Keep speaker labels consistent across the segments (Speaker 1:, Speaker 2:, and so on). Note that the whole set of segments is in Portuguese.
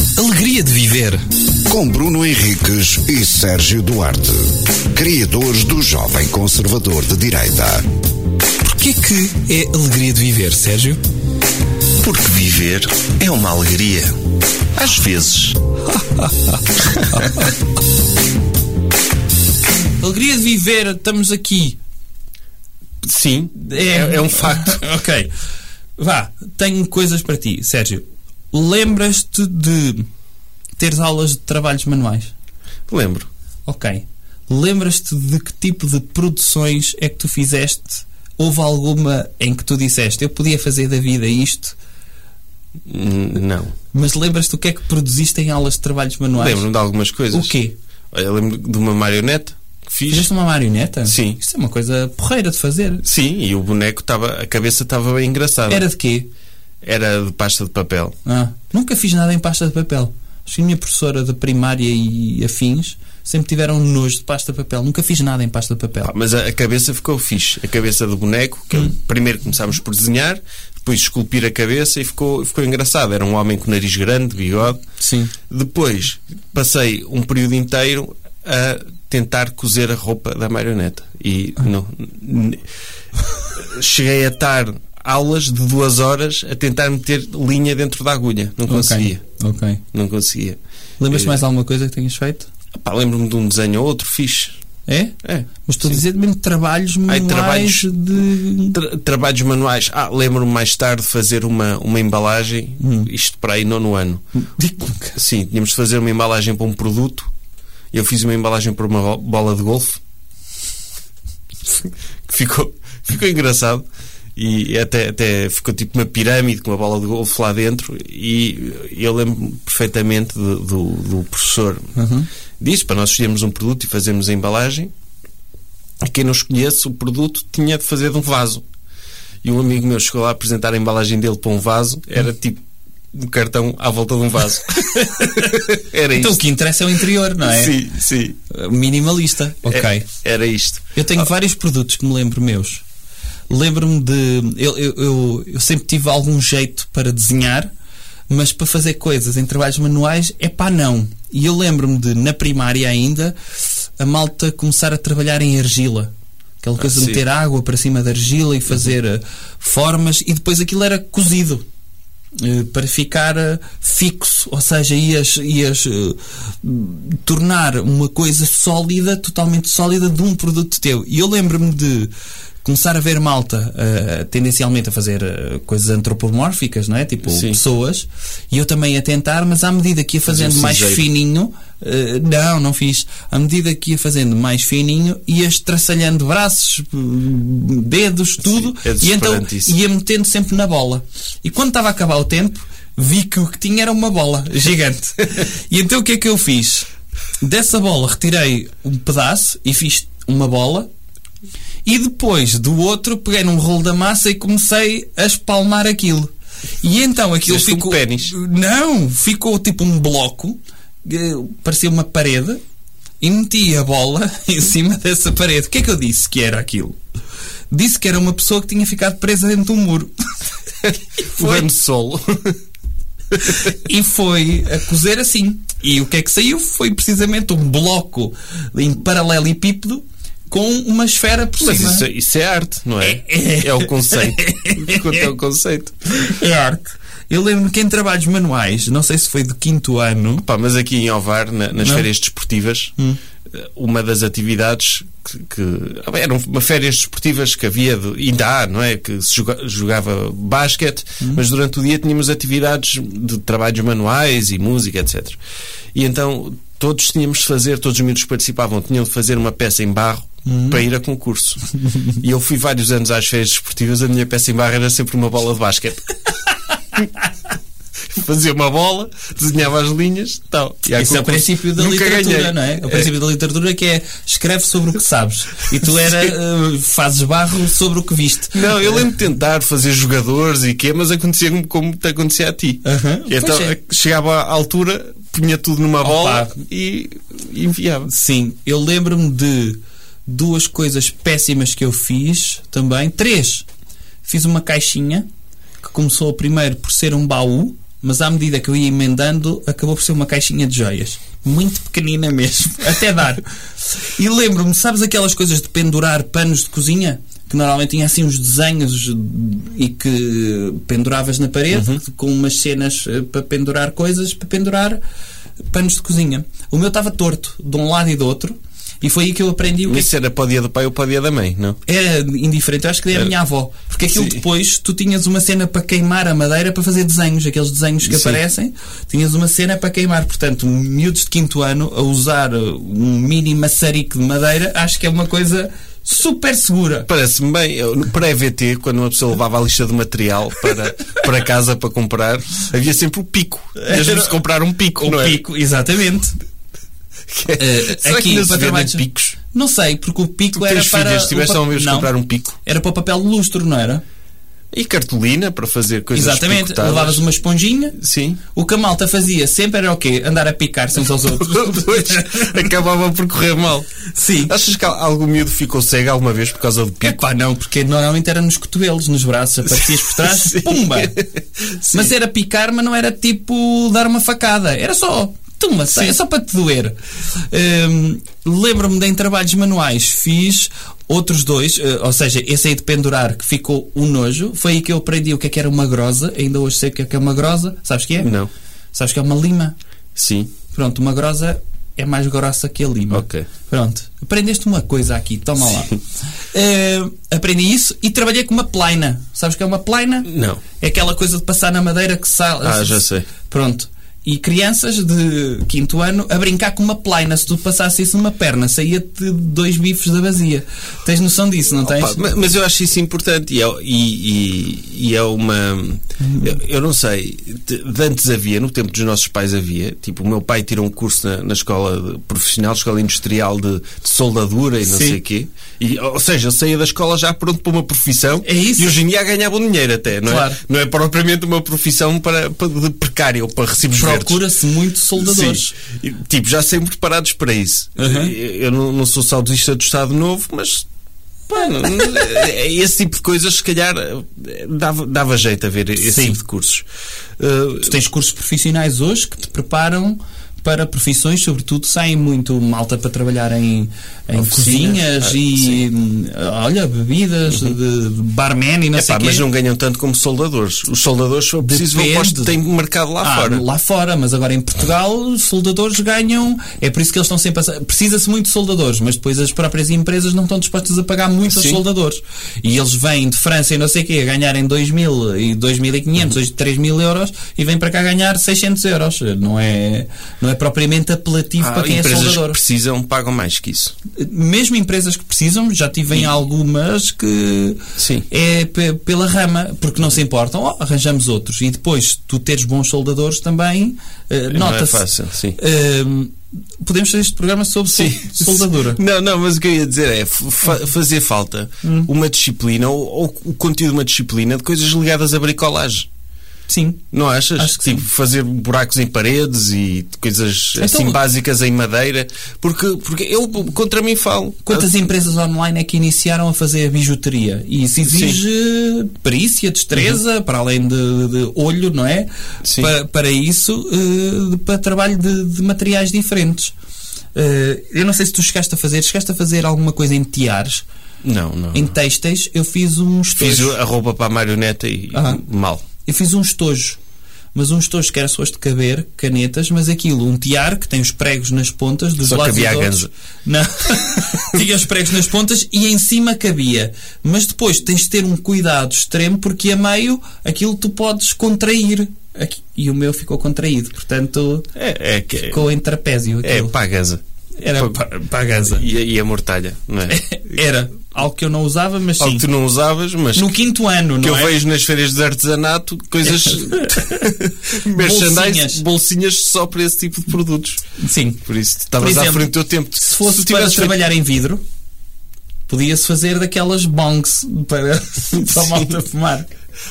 Speaker 1: essência de viver.
Speaker 2: Com Bruno Henriques e Sérgio Duarte, criadores do Jovem Conservador de Direita.
Speaker 1: Porquê que é alegria de viver, Sérgio?
Speaker 3: Porque viver é uma alegria. Às vezes.
Speaker 1: Alegria de viver, estamos aqui.
Speaker 3: Sim, é, é um facto.
Speaker 1: ok. Vá, tenho coisas para ti, Sérgio. Lembras-te de teres aulas de trabalhos manuais?
Speaker 3: Lembro.
Speaker 1: Ok. Lembras-te de que tipo de produções é que tu fizeste? Houve alguma em que tu disseste eu podia fazer da vida isto,
Speaker 3: Hum, Não.
Speaker 1: mas lembras-te o que é que produziste em aulas de trabalhos manuais?
Speaker 3: Lembro-me de algumas coisas.
Speaker 1: O quê?
Speaker 3: Eu lembro de uma marionete que fiz.
Speaker 1: Fizeste uma marioneta?
Speaker 3: Sim.
Speaker 1: Isso é uma coisa porreira de fazer.
Speaker 3: Sim, e o boneco estava. A cabeça estava bem engraçada.
Speaker 1: Era de quê?
Speaker 3: Era de pasta de papel.
Speaker 1: Ah, nunca fiz nada em pasta de papel. Acho que a minha professora de primária e afins sempre tiveram nojo de pasta de papel. Nunca fiz nada em pasta de papel.
Speaker 3: Pá, Mas a, a cabeça ficou fixe. A cabeça do boneco, que
Speaker 1: Hum.
Speaker 3: primeiro começámos por desenhar, depois esculpir a cabeça e ficou, ficou engraçado. Era um homem com nariz grande, bigode.
Speaker 1: Sim.
Speaker 3: Depois passei um período inteiro a tentar cozer a roupa da marioneta. E não, n- cheguei a estar aulas de duas horas a tentar meter linha dentro da agulha. Não conseguia.
Speaker 1: Ok. ok.
Speaker 3: Não conseguia.
Speaker 1: Lembras-te
Speaker 3: Eh,
Speaker 1: mais de alguma coisa que tenhas feito?
Speaker 3: Pá, lembro-me de um desenho ou outro fixe.
Speaker 1: É?
Speaker 3: É.
Speaker 1: Mas estou a dizer mesmo trabalhos manuais
Speaker 3: trabalhos-
Speaker 1: de...
Speaker 3: Tra- trabalhos manuais. Ah, lembro-me mais tarde de fazer uma, uma embalagem, isto para aí nono ano.
Speaker 1: Digo-me.
Speaker 3: Sim, tínhamos de fazer uma embalagem para um produto. Eu fiz uma embalagem para uma bo- bola de golfe. Que ficou, ficou engraçado. E até, até ficou tipo uma pirâmide com uma bola de golfe lá dentro. E eu lembro-me perfeitamente do, do, do professor
Speaker 1: Uhum.
Speaker 3: disso, para nós escolhermos um produto e fazermos a embalagem. E quem não escolhesse o produto tinha de fazer de um vaso. E um amigo meu chegou lá a apresentar a embalagem dele para um vaso.
Speaker 1: Uhum.
Speaker 3: Era tipo um cartão à volta de um vaso. Era
Speaker 1: Então o
Speaker 3: isto.
Speaker 1: que interessa é o interior, não é?
Speaker 3: Sim, sim.
Speaker 1: Minimalista. Ok.
Speaker 3: É- Era isto.
Speaker 1: Eu tenho vários produtos que me lembro meus. Lembro-me de. Eu, eu, eu, eu sempre tive algum jeito para desenhar, mas para fazer coisas em trabalhos manuais é pá, não. E eu lembro-me de, na primária ainda, a malta começar a trabalhar em argila. Aquela coisa de
Speaker 3: sim.
Speaker 1: meter água para cima da argila e fazer eh, formas, e depois aquilo era cozido. eh, Para ficar eh, fixo, ou seja, ias, ias eh, tornar uma coisa sólida, totalmente sólida, de um produto teu. E eu lembro-me de começar a ver malta ah, tendencialmente a fazer ah, coisas antropomórficas, não é? Tipo
Speaker 3: Sim.
Speaker 1: pessoas, e eu também a tentar, mas à medida que ia fazendo mais
Speaker 3: cinzeiro.
Speaker 1: fininho, ah, não, não fiz. À medida que ia fazendo mais fininho, ia estraçalhando braços, hum, dedos, tudo,
Speaker 3: é
Speaker 1: e então
Speaker 3: desesperante isso.
Speaker 1: ia metendo sempre na bola. E quando estava a acabar o tempo, vi que o que tinha era uma bola gigante. e então o que é que eu fiz? Dessa bola retirei um pedaço e fiz uma bola. E depois do outro peguei num rolo da massa e comecei a espalmar aquilo. E então aquilo
Speaker 3: Fizeste um
Speaker 1: ficou.
Speaker 3: pénis.
Speaker 1: Não, ficou tipo um bloco, eh, parecia uma parede, e meti a bola em cima dessa parede. O que é que eu disse que era aquilo? Disse que era uma pessoa que tinha ficado presa dentro de um muro.
Speaker 3: O grande solo.
Speaker 1: e foi a cozer assim. E o que é que saiu? Foi precisamente um bloco em paralelepípedo com uma esfera por
Speaker 3: Mas
Speaker 1: cima.
Speaker 3: isso, isso é arte, não é?
Speaker 1: É.
Speaker 3: o conceito. Quanto é o conceito.
Speaker 1: É arte. Eu lembro-me que em trabalhos manuais, não sei se foi do quinto ano,
Speaker 3: Pá, mas aqui em Ovar, na- nas
Speaker 1: Não.
Speaker 3: férias desportivas, eh, uma das atividades que, que- ah, bem, eram uma férias desportivas que havia, de, ainda há, não é? Que se joga- jogava basquete, mas durante o dia tínhamos atividades de trabalhos manuais e música, etc. E então todos tínhamos de fazer, todos os miúdos que participavam tinham de fazer uma peça em barro. Para ir a concurso. e eu fui vários anos às férias desportivas, a minha peça em barro era sempre uma bola de basquete. Fazia uma bola, desenhava as linhas, tal. E há
Speaker 1: Isso é o
Speaker 3: concurso.
Speaker 1: princípio da
Speaker 3: Nunca
Speaker 1: literatura,
Speaker 3: ganhei.
Speaker 1: não é? O princípio da literatura que é escreve sobre o que sabes. E tu era eh, fazes barro sobre o que viste.
Speaker 3: É. Não, eu lembro de tentar fazer jogadores e quê, mas acontecia-me como te acontecia a ti.
Speaker 1: Aham,
Speaker 3: E então
Speaker 1: pois é.
Speaker 3: chegava à altura, punha tudo numa bola
Speaker 1: Opa.
Speaker 3: e, e enviava.
Speaker 1: Sim, eu lembro-me de duas coisas péssimas que eu fiz também. Três. Fiz uma caixinha que começou primeiro por ser um baú mas à medida que eu ia emendando, acabou por ser uma caixinha de joias. Muito pequenina mesmo, até dar. E lembro-me, sabes aquelas coisas de pendurar panos de cozinha? Que normalmente tinha assim uns desenhos e que penduravas na parede,
Speaker 3: Uhum.
Speaker 1: com umas cenas eh, para pendurar coisas, para pendurar panos de cozinha. O meu estava torto, de um lado e do outro, e foi aí que eu aprendi o que é
Speaker 3: Mas Isso era para o dia do pai ou para o dia da mãe, não?
Speaker 1: era indiferente, eu acho que dei a minha avó. Porque aquilo
Speaker 3: É. Sim.
Speaker 1: depois, tu tinhas uma cena para queimar a madeira para fazer desenhos, aqueles desenhos que
Speaker 3: Sim.
Speaker 1: aparecem, tinhas uma cena para queimar. Portanto, um miúdos de quinto ano a usar uh, um mini maçarico de madeira, acho que é uma coisa super segura.
Speaker 3: Parece-me bem, eu, no pré-VT, quando uma pessoa levava a lixa de material para, para casa para comprar, havia sempre o pico. Mesmo se comprar um pico, não
Speaker 1: O
Speaker 3: é?
Speaker 1: pico, exatamente. Eh,
Speaker 3: Será
Speaker 1: aqui,
Speaker 3: que ainda se
Speaker 1: para
Speaker 3: vendem
Speaker 1: trabalhos-
Speaker 3: picos?
Speaker 1: Não sei, porque o pico
Speaker 3: Tu
Speaker 1: era
Speaker 3: tens
Speaker 1: para.
Speaker 3: filhas,
Speaker 1: o
Speaker 3: tiveste
Speaker 1: pa-
Speaker 3: ao menos
Speaker 1: Não,
Speaker 3: comprar um pico.
Speaker 1: Era para o papel de lustro, não era?
Speaker 3: E cartolina para fazer coisas
Speaker 1: Exatamente.
Speaker 3: picotadas.
Speaker 1: Levavas uma esponjinha.
Speaker 3: Sim.
Speaker 1: O que a malta fazia sempre era o quê? Andar a picar-se uns aos outros.
Speaker 3: Pois, acabava por correr mal.
Speaker 1: Sim.
Speaker 3: Achas que algum miúdo ficou cego alguma vez por causa do pico?
Speaker 1: Epá, não, porque normalmente era nos cotovelos, nos braços, aparecias por trás,
Speaker 3: Sim.
Speaker 1: pumba! Mas era picar, mas não era tipo dar uma facada, era só, tuma, é só para te doer. Hum, Lembro-me de em trabalhos manuais, fiz outros dois, eh, ou seja, esse aí de pendurar que ficou um nojo, foi aí que eu aprendi o que é que era uma grosa, ainda hoje sei o que é que é uma grosa, sabes o que é?
Speaker 3: Não.
Speaker 1: Sabes que é uma lima?
Speaker 3: Sim.
Speaker 1: Pronto, uma grosa é mais grossa que a lima.
Speaker 3: Ok.
Speaker 1: Pronto, aprendeste uma coisa aqui, toma lá. Eh, aprendi isso e trabalhei com uma plaina. Sabes o que é uma plaina?
Speaker 3: Não.
Speaker 1: É aquela coisa de passar na madeira que sal.
Speaker 3: Ah, já sei.
Speaker 1: Pronto. E crianças de quinto ano a brincar com uma plaina. Se tu passasse isso numa perna, saía-te dois bifes da basia. Tens noção disso, não tens?
Speaker 3: Pá, ma- mas eu acho isso importante e é, e- e- e é uma. Eu, eu não sei, de, de antes havia, no tempo dos nossos pais havia. Tipo, o meu pai tirou um curso na, na escola de- profissional, escola industrial de, de soldadura e não
Speaker 1: Sim.
Speaker 3: sei o quê. E, ou seja, eu saía da escola já pronto para uma profissão
Speaker 1: É isso.
Speaker 3: e hoje em dia ganhava um dinheiro até, não
Speaker 1: Claro.
Speaker 3: é? Não é propriamente uma profissão para, para- de precário ou para recibos verdes.
Speaker 1: Procura-se muito soldadores.
Speaker 3: Sim. E, Tipo, já sempre preparados para isso.
Speaker 1: Uhum.
Speaker 3: Eu não, não sou saudista do Estado Novo, mas. pá, não- não- é- esse tipo de coisas, se calhar, eh, dava, dava jeito a ver esse
Speaker 1: Sim.
Speaker 3: tipo de cursos. Eh,
Speaker 1: Tu tens cursos profissionais hoje que te preparam para profissões, sobretudo saem muito malta para trabalhar em, em cozinhas
Speaker 3: Oficinas. Ah, Uhum.
Speaker 1: e hum, olha, bebidas de de barman e não sei
Speaker 3: Eh, epá,
Speaker 1: o quê.
Speaker 3: mas um não ganham tanto como soldadores. Os soldadores, se for preciso,
Speaker 1: Depende.
Speaker 3: eu aposto que têm mercado lá
Speaker 1: Ah,
Speaker 3: fora.
Speaker 1: lá fora, mas agora em Portugal os soldadores ganham, é por isso que eles estão sempre a... sa- Precisa-se muito de soldadores, mas depois as próprias empresas não estão dispostas a pagar muito aos
Speaker 3: Sim.
Speaker 1: soldadores. E eles vêm de França e não sei o quê a ganharem 2 mil e 2.500, hoje 3 mil euros e vêm para cá ganhar 600 euros. Não é, não é propriamente apelativo
Speaker 3: Há
Speaker 1: para quem é
Speaker 3: Ah, empresas
Speaker 1: soldador.
Speaker 3: que precisam pagam mais que isso.
Speaker 1: Mesmo empresas que precisam, já tive em algumas que
Speaker 3: Sim.
Speaker 1: é pe- pela rama, porque não se importam, ó, arranjamos outros. E depois, tu teres bons soldadores também, eh,
Speaker 3: Não é
Speaker 1: nota-se.
Speaker 3: fácil, sim.
Speaker 1: Ehm, podemos fazer este programa sobre sol- soldadura.
Speaker 3: Não, não, mas o que eu ia dizer é
Speaker 1: Hum.
Speaker 3: fa- fazer falta uma disciplina ou, ou o conteúdo de uma disciplina de coisas ligadas à bricolagem.
Speaker 1: Sim.
Speaker 3: Não achas?
Speaker 1: Acho que
Speaker 3: tipo,
Speaker 1: sim.
Speaker 3: fazer buracos em paredes e coisas
Speaker 1: Então-
Speaker 3: assim básicas em madeira. Porque, porque eu contra mim falo.
Speaker 1: Quantas empresas online é que iniciaram a fazer bijuteria? E isso exige perícia, destreza, para além de, de olho, não é?
Speaker 3: Uhum. Sim.
Speaker 1: Pa- para isso, eh, para trabalho de, de materiais diferentes. Eh, eu não sei se tu chegaste a fazer, chegaste a fazer alguma coisa em tiares,
Speaker 3: Não, não.
Speaker 1: em têxteis, eu fiz um
Speaker 3: Uhum. Fiz
Speaker 1: estojo.
Speaker 3: a roupa para a marioneta e
Speaker 1: Aham.
Speaker 3: mal.
Speaker 1: Eu fiz um estojo. Mas um estojo que era suposto caber, canetas, mas aquilo, um tiar que tem os pregos nas pontas dos
Speaker 3: Só
Speaker 1: lados
Speaker 3: cabia
Speaker 1: e
Speaker 3: a
Speaker 1: dos
Speaker 3: ganza.
Speaker 1: outros. Não. Tinha os pregos nas pontas e em cima cabia. Mas depois tens de ter um cuidado extremo porque a meio aquilo tu podes contrair. Aqui- E o meu ficou contraído, portanto
Speaker 3: É, é que.
Speaker 1: ficou em trapézio
Speaker 3: É
Speaker 1: aquilo.
Speaker 3: para a ganza.
Speaker 1: era
Speaker 3: pa-
Speaker 1: pa- pagasa.
Speaker 3: E, a- e a mortalha, não é?
Speaker 1: Era algo que eu não usava, mas
Speaker 3: Algo
Speaker 1: sim.
Speaker 3: que tu não usavas, mas
Speaker 1: No quinto ano,
Speaker 3: que
Speaker 1: não
Speaker 3: eu
Speaker 1: é?
Speaker 3: vejo nas feiras de artesanato coisas
Speaker 1: Bolsinhas.
Speaker 3: merchandise, bolsinhas só para esse tipo de produtos.
Speaker 1: Sim.
Speaker 3: Por isso, estavas à
Speaker 1: exemplo,
Speaker 3: frente do teu tempo.
Speaker 1: Se fosse
Speaker 3: tu
Speaker 1: para
Speaker 3: tivesses feito-
Speaker 1: trabalhar em vidro, podia-se fazer daquelas bongs para, para a malta fumar.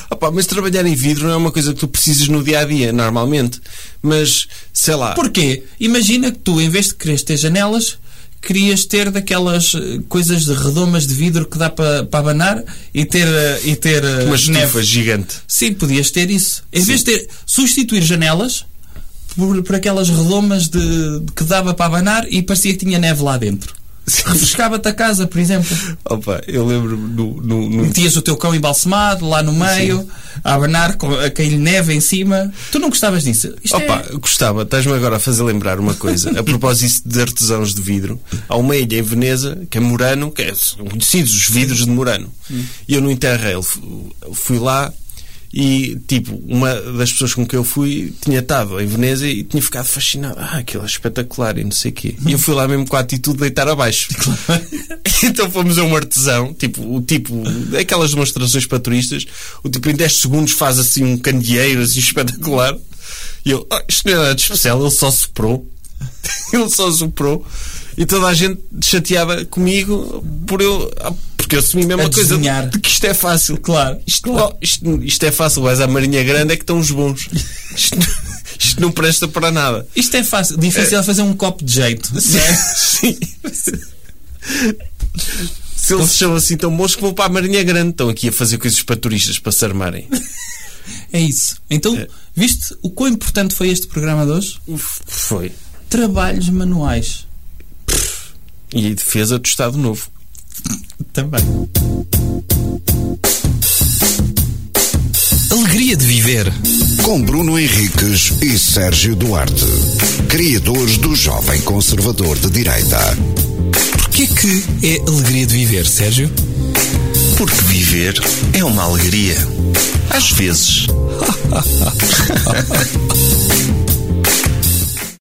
Speaker 3: Ah pá, mas trabalhar em vidro não é uma coisa que tu precisas no dia a dia, normalmente. Mas, sei lá.
Speaker 1: Porquê? Imagina que tu, em vez de quereres ter janelas, querias ter daquelas eh, coisas de redomas de vidro que dá para pa abanar e ter, eh, e ter eh,
Speaker 3: Uma estufa
Speaker 1: neve.
Speaker 3: gigante.
Speaker 1: Sim, podias ter isso. Em vez de ter, substituir janelas por, por aquelas redomas de, de que dava para abanar e parecia que tinha neve lá dentro. Refrescava-te a casa, por exemplo.
Speaker 3: Opa, eu lembro-me no, no- no-
Speaker 1: Metias o teu cão embalsamado lá no meio, a abanar com a cair neve em cima. Tu não gostavas disso? Isto é-
Speaker 3: Opa, gostava, estás-me agora a fazer lembrar uma coisa. A propósito de artesãos de vidro, há uma ilha em Veneza, que é Murano, que é, são conhecidos os vidros de Murano.
Speaker 1: Hum.
Speaker 3: E eu no Interrail fu- fui lá e, tipo, uma das pessoas com que eu fui tinha estado em Veneza e tinha ficado fascinado. Ah, aquilo é espetacular e não sei o quê. E eu fui lá mesmo com a atitude de deitar abaixo. então fomos a um artesão, tipo, o tipo, aquelas demonstrações para turistas, o tipo em 10 segundos faz assim um candeeiro assim espetacular. E eu, ah, isto não é nada de especial, ele só soprou. ele só soprou. E toda a gente chateava comigo por eu. ah, Porque eu assumi mesmo
Speaker 1: A
Speaker 3: a coisa
Speaker 1: desenhar.
Speaker 3: de, de que isto é fácil.
Speaker 1: Claro.
Speaker 3: Isto, não- isto, isto é fácil, vais à Marinha Grande é que estão os bons. Isto, isto não presta para nada.
Speaker 1: Isto é fácil. Difícil é fazer um copo de jeito.
Speaker 3: Sim. Se eles são assim tão bons que vão para a Marinha Grande, estão aqui a fazer coisas para turistas para se armarem.
Speaker 1: É isso. Então, viste o quão importante foi este programa de hoje?
Speaker 3: Foi.
Speaker 1: Trabalhos manuais.
Speaker 3: E defesa do Estado Novo.
Speaker 1: Também.
Speaker 4: Alegria de viver.
Speaker 2: Com Bruno Henriques e Sérgio Duarte, criadores do Jovem Conservador de Direita.
Speaker 4: Porquê que é alegria de viver, Sérgio?
Speaker 5: Porque viver é uma alegria. Às vezes.